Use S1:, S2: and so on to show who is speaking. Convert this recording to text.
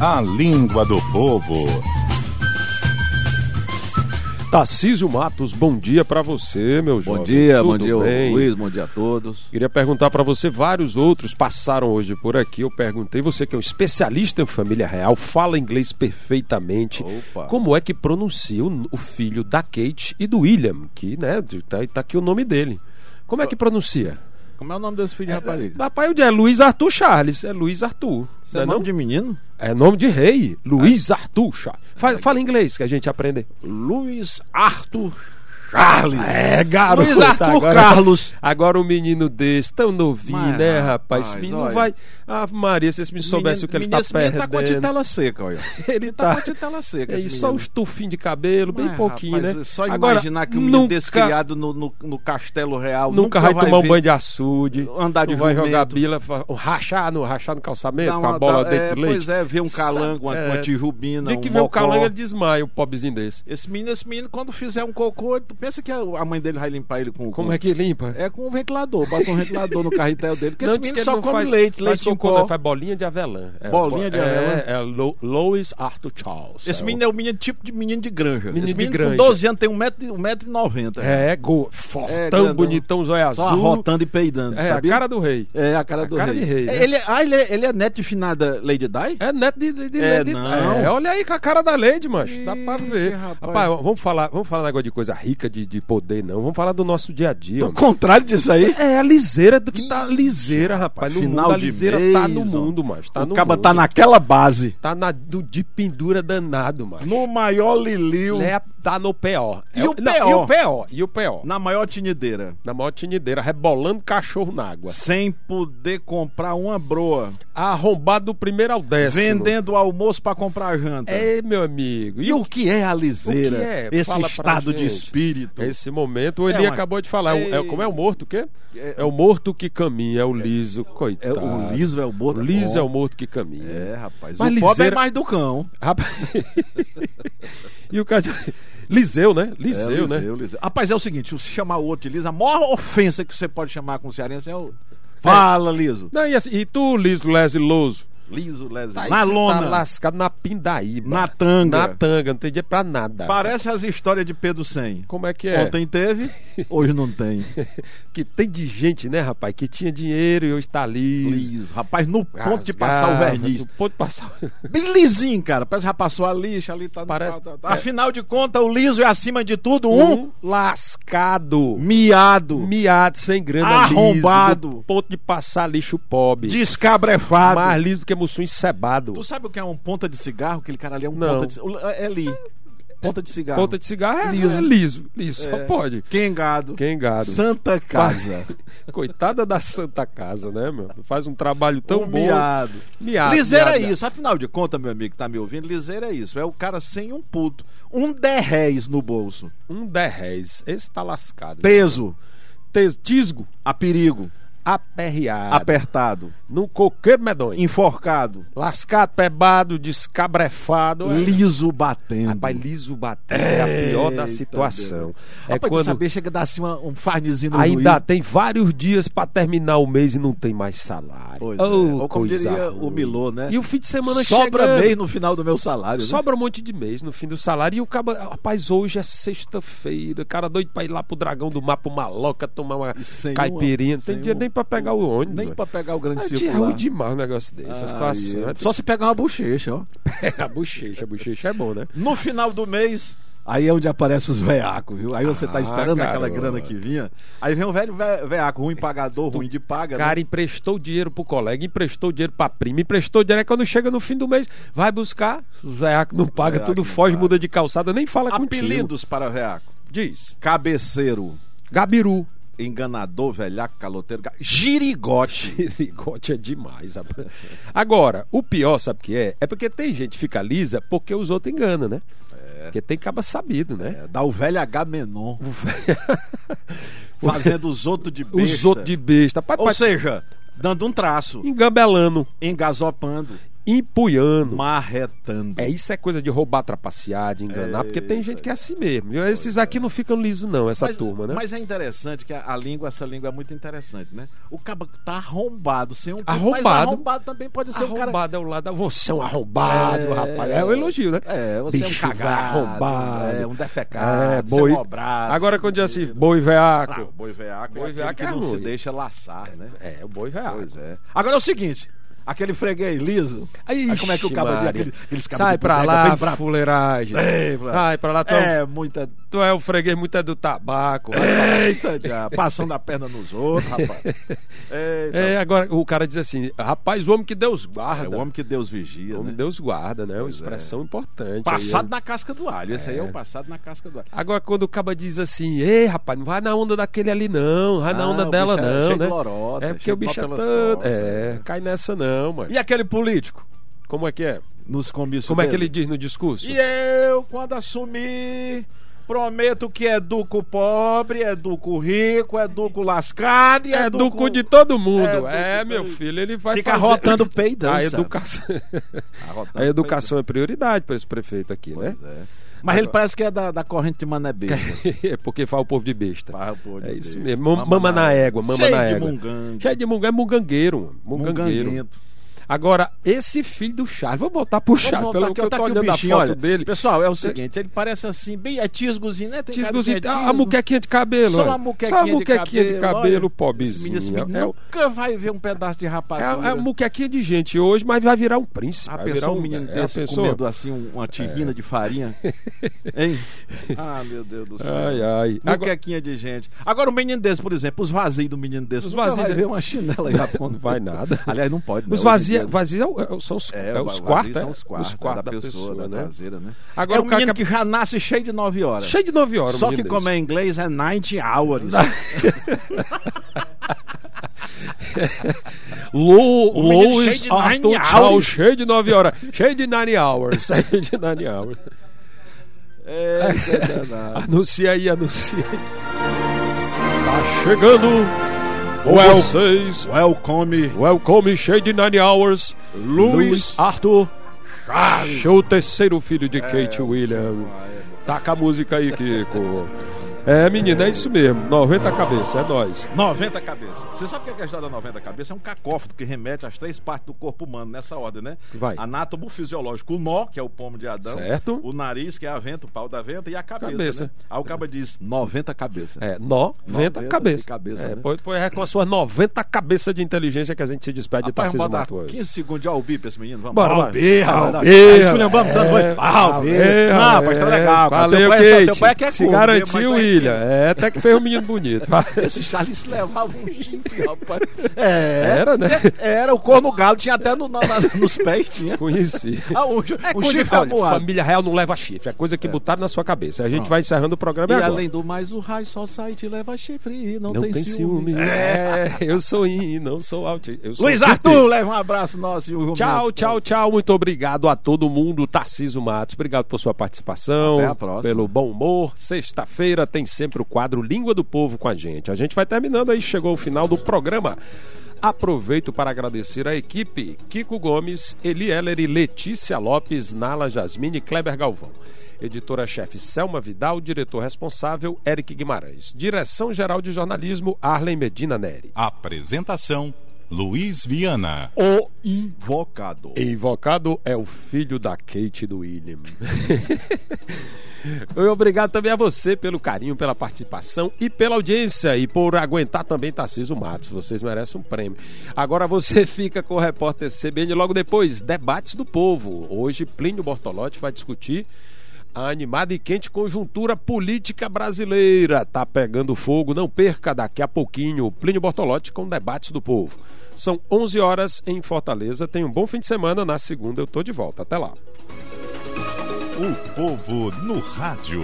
S1: A língua do povo.
S2: Tarcísio Matos, bom dia pra você, meu jovem.
S3: Bom dia,
S2: Tudo
S3: bom dia
S2: bem?
S3: Luiz, bom dia a todos.
S2: Queria perguntar pra você, vários outros passaram hoje por aqui. Eu perguntei, você que é um especialista em família real, fala inglês perfeitamente.
S3: Opa.
S2: Como é que pronuncia o, o filho da Kate e do William, que né, tá, tá aqui o nome dele. Como é que pronuncia?
S3: Como é o nome desse filho de rapariga?
S2: Rapaz, onde é Luiz Arthur Charles, é Luiz Arthur.
S3: Isso
S2: Não
S3: é
S2: é,
S3: nome
S2: não?
S3: de Ah. menino?
S2: é nome de rei, Luiz Arthur Charles. Fala, fala inglês que a gente aprende.
S3: Luiz Arthur Charles.
S2: É, garoto.
S3: Luiz Arthur
S2: agora-
S3: Carlos.
S2: Agora um menino desse, tão novinho,
S3: Mas,
S2: né, rapaz? Esse
S3: rapaz,
S2: menino
S3: olha.
S2: vai. Ah, Maria, se esse menino soubesse o que ele tá
S3: menino, esse menino
S2: perdendo.
S3: tá com a titela seca, olha.
S2: Ele
S3: tá com
S2: tá.
S3: a titela seca,
S2: É,
S3: esse
S2: e só
S3: menino.
S2: os tufinhos de cabelo, bem
S3: Mas,
S2: pouquinho,
S3: rapaz, é
S2: né?
S3: Só
S2: Agora,
S3: imaginar que um menino desse criado no, no- no Castelo Real
S2: Nunca, vai, tomar um
S3: ver
S2: banho de açude,
S3: andar de
S2: não vai
S3: jumento.
S2: jogar bila, fa- rachar no, rachar no calçamento,
S3: dar
S2: com a
S3: uma-
S2: bola
S3: dar-
S2: dentro
S3: é,
S2: de leite.
S3: Pois é, ver um calango, uma,
S2: Sabe?
S3: uma
S2: É.
S3: tijubina,
S2: Tem que
S3: um
S2: ver o
S3: mocó.
S2: calango, ele desmaia, o pobrezinho desse.
S3: Esse menino, esse menino, quando fizer um cocô, tu pensa que a, a mãe dele vai limpar ele com
S2: Como
S3: com-
S2: é que limpa?
S3: É com o ventilador, bota um ventilador no carretel dele, porque esse
S2: diz
S3: menino
S2: que ele
S3: só
S2: não
S3: come
S2: faz-
S3: leite,
S2: faz
S3: leite de
S2: cocô, não,
S3: cocô.
S2: Faz bolinha de avelã. É,
S3: Bolinha de
S2: é,
S3: avelã?
S2: É, Lo- Louis Arthur Charles.
S3: Esse
S2: É o-
S3: menino é o menino tipo de menino de granja.
S2: Menino
S3: esse
S2: de
S3: menino
S2: granja.
S3: com 12 anos tem 1,90m.
S2: É, go, fortão,
S3: grandão.
S2: bonitão, zóio azul.
S3: Só arrotando e peidando,
S2: É, a
S3: sabia?
S2: cara do rei.
S3: É, a cara
S2: a
S3: do
S2: cara
S3: rei.
S2: de rei, né?
S3: ele, é- ah, ele é, ele é neto de finada Lady Di?
S2: É neto de, de, de,
S3: É,
S2: de-
S3: não.
S2: é, olha aí com a cara da Lady, macho. Dá pra
S3: Ih,
S2: ver.
S3: rapaz.
S2: Rapaz, ó, vamos falar, vamos falar um negócio de coisa rica, de, de poder, não. Vamos falar do nosso dia a dia.
S3: Ao
S2: homem.
S3: contrário disso aí.
S2: É a liseira do que tá liseira, rapaz. No
S3: Final
S2: mundo, a
S3: de
S2: liseira
S3: mês,
S2: tá no
S3: ó.
S2: mundo, macho. Tá
S3: o
S2: no
S3: caba
S2: mundo.
S3: tá naquela base.
S2: Tá na, do, de pendura danado, macho.
S3: No maior Liliu.
S2: Né? Tá no PO.
S3: E
S2: É
S3: o
S2: Não, e o
S3: PO?
S2: PO? E o PO?
S3: Na maior tinideira.
S2: Na maior tinideira, rebolando cachorro na água.
S3: Sem poder comprar uma broa.
S2: Arrombado do primeiro ao décimo.
S3: Vendendo almoço pra comprar janta.
S2: É, meu amigo.
S3: E o que é a liseira?
S2: O que é?
S3: Esse
S2: Fala pra
S3: estado de
S2: gente.
S3: espírito.
S2: Esse momento, o
S3: É
S2: Eli
S3: uma-
S2: acabou de falar. É, o- é-
S3: É-
S2: como é o morto o quê? É, o morto que caminha, é o liso.
S3: É,
S2: Coitado.
S3: o liso é o morto.
S2: O liso é o
S3: bom.
S2: morto que caminha.
S3: É, rapaz.
S2: Mas
S3: o pobre é
S2: liseira-
S3: mais do cão.
S2: Rapaz. e o cara. Liseu, né? Liseu,
S3: é,
S2: né?
S3: Liseu. Rapaz, é o seguinte, se chamar o outro de liso, a maior ofensa que você pode chamar com o cearense é o... Fala, liso.
S2: Não, e, assim, e tu, liso, lesiloso?
S3: Liso, lésio.
S2: Tá,
S3: Na
S2: você
S3: lona.
S2: Tá lascado na pindaíba.
S3: Na tanga.
S2: Na tanga, não tem dia pra nada.
S3: Parece as histórias de Pedro Sem.
S2: Como é que é?
S3: Ontem teve, hoje não tem.
S2: que tem de gente, né, rapaz, que tinha dinheiro e hoje tá liso.
S3: Liso. Rapaz, no ponto de
S2: rasgava,
S3: passar o verniz.
S2: no Ponto de passar.
S3: Bem lisinho, cara. Parece que já passou a lixa, ali tá no
S2: Parece- é.
S3: tá- tá- tá. Afinal de contas, o liso é acima de tudo um,
S2: Um lascado.
S3: miado,
S2: Miado, sem grana,
S3: Arrombado.
S2: liso. no Ponto de passar lixo pobre.
S3: descabrefado.
S2: Mais liso do que mussum encebado.
S3: Tu sabe o que é um ponta de cigarro? Aquele cara ali é um
S2: Não.
S3: ponta de cigarro. É ali. Ponta de cigarro.
S2: Ponta de cigarro é é liso.
S3: Liso.
S2: É liso, só
S3: É.
S2: pode.
S3: Quengado.
S2: Quem é gado.
S3: Santa Casa.
S2: Coitada da Santa Casa, né, meu? Faz um trabalho tão bom.
S3: Miado.
S2: Miado,
S3: Liseira é
S2: miado.
S3: isso. Afinal de contas, meu amigo que tá me ouvindo, liseira é isso. É o cara sem um puto. Um 10 réis no bolso.
S2: Um 10 réis. Esse tá lascado.
S3: Teso.
S2: Tes- Tisgo.
S3: A perigo.
S2: Aperreado.
S3: Apertado.
S2: Num coqueiro medonho.
S3: Enforcado.
S2: Lascado, pebado, descabrefado. é.
S3: Liso batendo.
S2: Rapaz, liso batendo é a pior da
S3: Eita,
S2: situação. É
S3: Rapaz, tu
S2: quando
S3: saber, chega a dar assim uma- um farnezinho no
S2: ainda
S3: juiz.
S2: tem vários dias pra terminar o mês e não tem mais salário.
S3: Pois é.
S2: Oh,
S3: Ou como
S2: coisa
S3: diria
S2: ruim.
S3: o Milô, né?
S2: E o fim de semana
S3: Sobra
S2: chegando.
S3: mês no final do meu salário. né?
S2: Sobra um monte de mês no fim do salário e o cara, rapaz, hoje é sexta-feira, cara doido pra ir lá pro Dragão do Mar, pro Maloca, tomar uma
S3: E sem
S2: caipirinha,
S3: uma-
S2: não tem
S3: sem
S2: dinheiro
S3: uma-
S2: nem pra pegar o ônibus.
S3: Nem
S2: velho.
S3: pra pegar o grande
S2: É de- é
S3: circular.
S2: ruim demais um negócio desse, a situação.
S3: Aí,
S2: né?
S3: Só se pegar uma bochecha, ó.
S2: a bochecha, a bochecha é bom, né?
S3: No final do mês. Aí é onde aparece os veacos, viu? Aí você
S2: Ah,
S3: tá esperando aquela
S2: garoto.
S3: grana que vinha. Aí vem um velho ve- veaco, ruim pagador, ruim de paga.
S2: cara
S3: né?
S2: emprestou dinheiro pro colega, emprestou dinheiro pra prima, emprestou dinheiro, é quando chega no fim do mês, vai buscar, o Zaiaco não paga,
S3: Zaiaco
S2: tudo
S3: não
S2: foge,
S3: paga.
S2: muda de calçada, nem fala é contigo.
S3: Apelidos para veaco:
S2: Diz.
S3: cabeceiro,
S2: Gabiru.
S3: enganador, velhaco, caloteiro, ga- girigote.
S2: Perigote é demais, rapaz. Agora, o pior, sabe o que é? É porque tem gente que fica lisa porque os outros enganam, né? Porque tem caba sabido, né?
S3: É, dá o velho H Menon, fazendo os outros de besta.
S2: Os outros de besta. Pai,
S3: Ou
S2: pai,
S3: seja, dando um traço,
S2: engabelando.
S3: engasopando.
S2: empunhando.
S3: Marretando.
S2: É, isso é coisa de roubar, trapacear, de enganar, porque tem gente que é assim mesmo. viu? Esses aqui não ficam liso não, essa
S3: mas,
S2: turma, né?
S3: mas é interessante que a, a língua, essa língua é muito interessante, né? O caboclo tá arrombado, sem um mas
S2: Arrombado.
S3: arrombado também pode ser um cara.
S2: arrombado é o lado. da- Você é um arrombado,
S3: É.
S2: rapaz. É o elogio, né?
S3: É, você
S2: Bicho
S3: é um cagado,
S2: arrombado.
S3: é um defecado,
S2: É,
S3: você
S2: boi.
S3: é mobrado.
S2: Agora quando diz assim,
S3: bandido.
S2: boi
S3: Ah, o
S2: veaco.
S3: boi veaco
S2: Boi
S3: é aquele
S2: veaco
S3: que
S2: é
S3: não se
S2: ruim.
S3: deixa laçar, né?
S2: É, o boi veaco.
S3: Pois é. Agora é o seguinte, aquele freguês liso, aí
S2: Ixi,
S3: como é que o cabo diz?
S2: Maria.
S3: Aquele- aqueles cabos
S2: Sai
S3: de
S2: pra
S3: bodega,
S2: lá,
S3: bem brabo.
S2: fuleiragem.
S3: Ei, Vlad.
S2: Sai pra lá, tu é,
S3: É,
S2: o-
S3: muita...
S2: tu é o freguês muito é do tabaco.
S3: Eita, já, passando a perna nos outros, rapaz. Eita.
S2: É, agora o cara diz assim, rapaz, o homem que Deus guarda.
S3: então. É o homem que Deus vigia,
S2: O homem
S3: né?
S2: Então, Deus guarda, né? Uma
S3: Pois é.
S2: expressão importante.
S3: Passado
S2: Aí,
S3: na casca do alho. Esse aí é o passado na casca do alho.
S2: Agora, quando o caba diz assim, ei, rapaz, não vai na onda daquele ali, não, vai
S3: Ah,
S2: na onda
S3: o
S2: dela,
S3: bicho é
S2: não,
S3: cheio de
S2: né?
S3: lorota,
S2: é
S3: cheio
S2: porque
S3: de
S2: o bicho é
S3: nó pelas
S2: tanto.
S3: costas, né?
S2: É, cai nessa não, mano.
S3: E aquele político
S2: Como é que é?
S3: nos comícios
S2: Como é que
S3: dele?
S2: ele diz no discurso?
S3: E é eu, quando assumir, prometo que educo o pobre, educo o rico, educo o lascado e
S2: É do
S3: educo...
S2: cu de todo mundo.
S3: É,
S2: É,
S3: do-
S2: meu filho, ele vai
S3: Fica
S2: fazer...
S3: arrotando peidão,
S2: A
S3: sabe?
S2: educação...
S3: Arrotando
S2: A educação é prioridade para esse prefeito aqui,
S3: Pois
S2: né?
S3: é. Mas ele parece que é da, da corrente de Mané Beijo.
S2: É porque fala o povo de besta.
S3: Fala o povo de
S2: é isso
S3: besta.
S2: mesmo. Mama, mama na égua, mama
S3: Cheio
S2: na
S3: de
S2: égua.
S3: munganga.
S2: Cheio de munganga. É mungangueiro. Mungangueiro.
S3: Munganguento.
S2: Agora, esse filho do Charles, vamos voltar pro
S3: Vamos
S2: Charles,
S3: voltar
S2: pelo
S3: aqui,
S2: que
S3: ó,
S2: eu
S3: tá
S2: tô
S3: aqui o
S2: olhando a
S3: bichinho,
S2: foto
S3: olha.
S2: dele.
S3: Pessoal, é o seguinte, ele parece assim, bem. É tisgozinho, né? Tem cara que é
S2: Tisgozinho, tá a, a
S3: tisgo.
S2: muquequinha de cabelo.
S3: Só
S2: olha.
S3: uma muquequinha,
S2: Só uma muquequinha de cabelo,
S3: olha,
S2: pobrezinho.
S3: esse menino
S2: É, o-
S3: nunca vai ver um pedaço de
S2: é,
S3: rapaz.
S2: é uma muquequinha de gente hoje, mas vai virar um príncipe.
S3: A
S2: vai
S3: pessoa,
S2: virar
S3: um menino
S2: é,
S3: desse
S2: a pessoa-
S3: comendo assim um- uma tirina de farinha. Hein? Ah, meu Deus do céu.
S2: Ai, ai. Agora,
S3: Muquequinha de gente. Agora, o menino desse, por exemplo, os vazios do menino desse.
S2: Os
S3: nunca
S2: vazios
S3: vai
S2: dele-
S3: ver uma chinela em Japão.
S2: Não vai nada.
S3: Aliás, não pode. né?
S2: os
S3: Hoje em
S2: vazios
S3: dia-
S2: vazia é o- são os, é,
S3: o
S2: os
S3: vazio
S2: quartos.
S3: são
S2: é?
S3: os quartos, da, pessoa, da traseira, né?
S2: Agora
S3: é um
S2: o cara
S3: menino
S2: que-
S3: que já nasce cheio de 9 horas.
S2: Cheio de 9 horas. um
S3: Só que
S2: menino
S3: como
S2: desse.
S3: é em inglês é 90 hours.
S2: Lou,
S3: Um menino
S2: Louis
S3: cheio de
S2: Arthur
S3: nine
S2: Chow,
S3: hours.
S2: cheio de 9 horas. Cheio de 9 hours. Cheio de 9 hours.
S3: É, danado.
S2: Anuncia aí, anuncia aí. Tá chegando o El 6.
S3: Welcome
S2: Welcome, cheio de 9 hours.
S3: Luiz
S2: Arthur.
S3: Charles. É,
S2: Show, terceiro filho de Kate William. Taca a música aí, Kiko. É, menina, é isso mesmo. 90 cabeça, é nóis.
S3: 90 cabeças. Você sabe o que é a questão da 90 cabeças? É um cacófato que remete às três partes do corpo humano nessa ordem, né?
S2: Vai.
S3: Anátomo fisiológico. O nó, que é o pomo de Adão.
S2: Certo.
S3: O nariz, que é a venta, o pau da venta, e a cabeça.
S2: Cabeça.
S3: Né? Aí o caba diz: 90 cabeças.
S2: É, 90
S3: 90
S2: cabeça.
S3: de cabeça,
S2: é,
S3: né?
S2: pois, pois é com as suas 90 cabeças de inteligência que a gente se despede de
S3: Rapaz,
S2: Tarcísio
S3: vamos botar
S2: Mato hoje.
S3: 15 segundos de Albi pra esse menino. Vamos
S2: Bora, bora.
S3: Albir,
S2: Albir,
S3: Esculhambamos tanto. Foi.
S2: é,
S3: Ah, Albir.
S2: é,
S3: Não, rapaz, tá
S2: é,
S3: legal. cara.
S2: Valeu,
S3: teu pai, é só-
S2: Kate.
S3: teu pai é que é
S2: Se
S3: curto,
S2: garantiu,
S3: mas tá
S2: William.
S3: enfim.
S2: É, até que fez um menino bonito.
S3: Esse Charles levava um chifre, rapaz. É,
S2: Era, né?
S3: Era, o corno galo tinha até no- na- na- nos pés, tinha.
S2: Conheci.
S3: Ah, o,
S2: É
S3: o
S2: coisa
S3: chifre
S2: que, olha,
S3: amoado.
S2: família real não leva chifre. É coisa que botaram na sua cabeça. A gente vai encerrando o programa
S3: E
S2: agora.
S3: além do mais, o raio só sai e te leva chifre e não,
S2: Não tem, ciúme. É, eu sou in, não sou alt. Eu sou
S3: Luiz
S2: PT.
S3: Arthur, leva um abraço nosso. e um
S2: Tchau,
S3: abraço.
S2: tchau, tchau. Muito obrigado a todo mundo. Tarciso Matos, obrigado por sua participação.
S3: Até a próxima.
S2: Pelo bom humor. Sexta-feira tem sempre o quadro Língua do Povo com a gente. A gente vai terminando aí, chegou o final do programa. Aproveito para agradecer a equipe Kiko Gomes, Eli Heller e Letícia Lopes, Nala Jasmine e Kleber Galvão. Editora-chefe Selma Vidal, diretor responsável Eric Guimarães. Direção-geral de jornalismo Arlen Medina Neri.
S1: Apresentação: Luiz Viana.
S3: O invocado.
S2: Invocado é o filho da Kate do William. E Obrigado também a você pelo carinho, pela participação e pela audiência e por aguentar também Tarcísio Matos. Vocês merecem um prêmio. Agora você fica com o repórter CBN logo depois. Debates do povo. Hoje Plínio Bortolotti vai discutir a animada e quente conjuntura política brasileira. Tá pegando fogo, não perca daqui a pouquinho. Plínio Bortolotti com debates do povo. São 11 horas em Fortaleza. Tenha um bom fim de semana. Na segunda eu tô de volta. Até lá.
S1: O povo no rádio.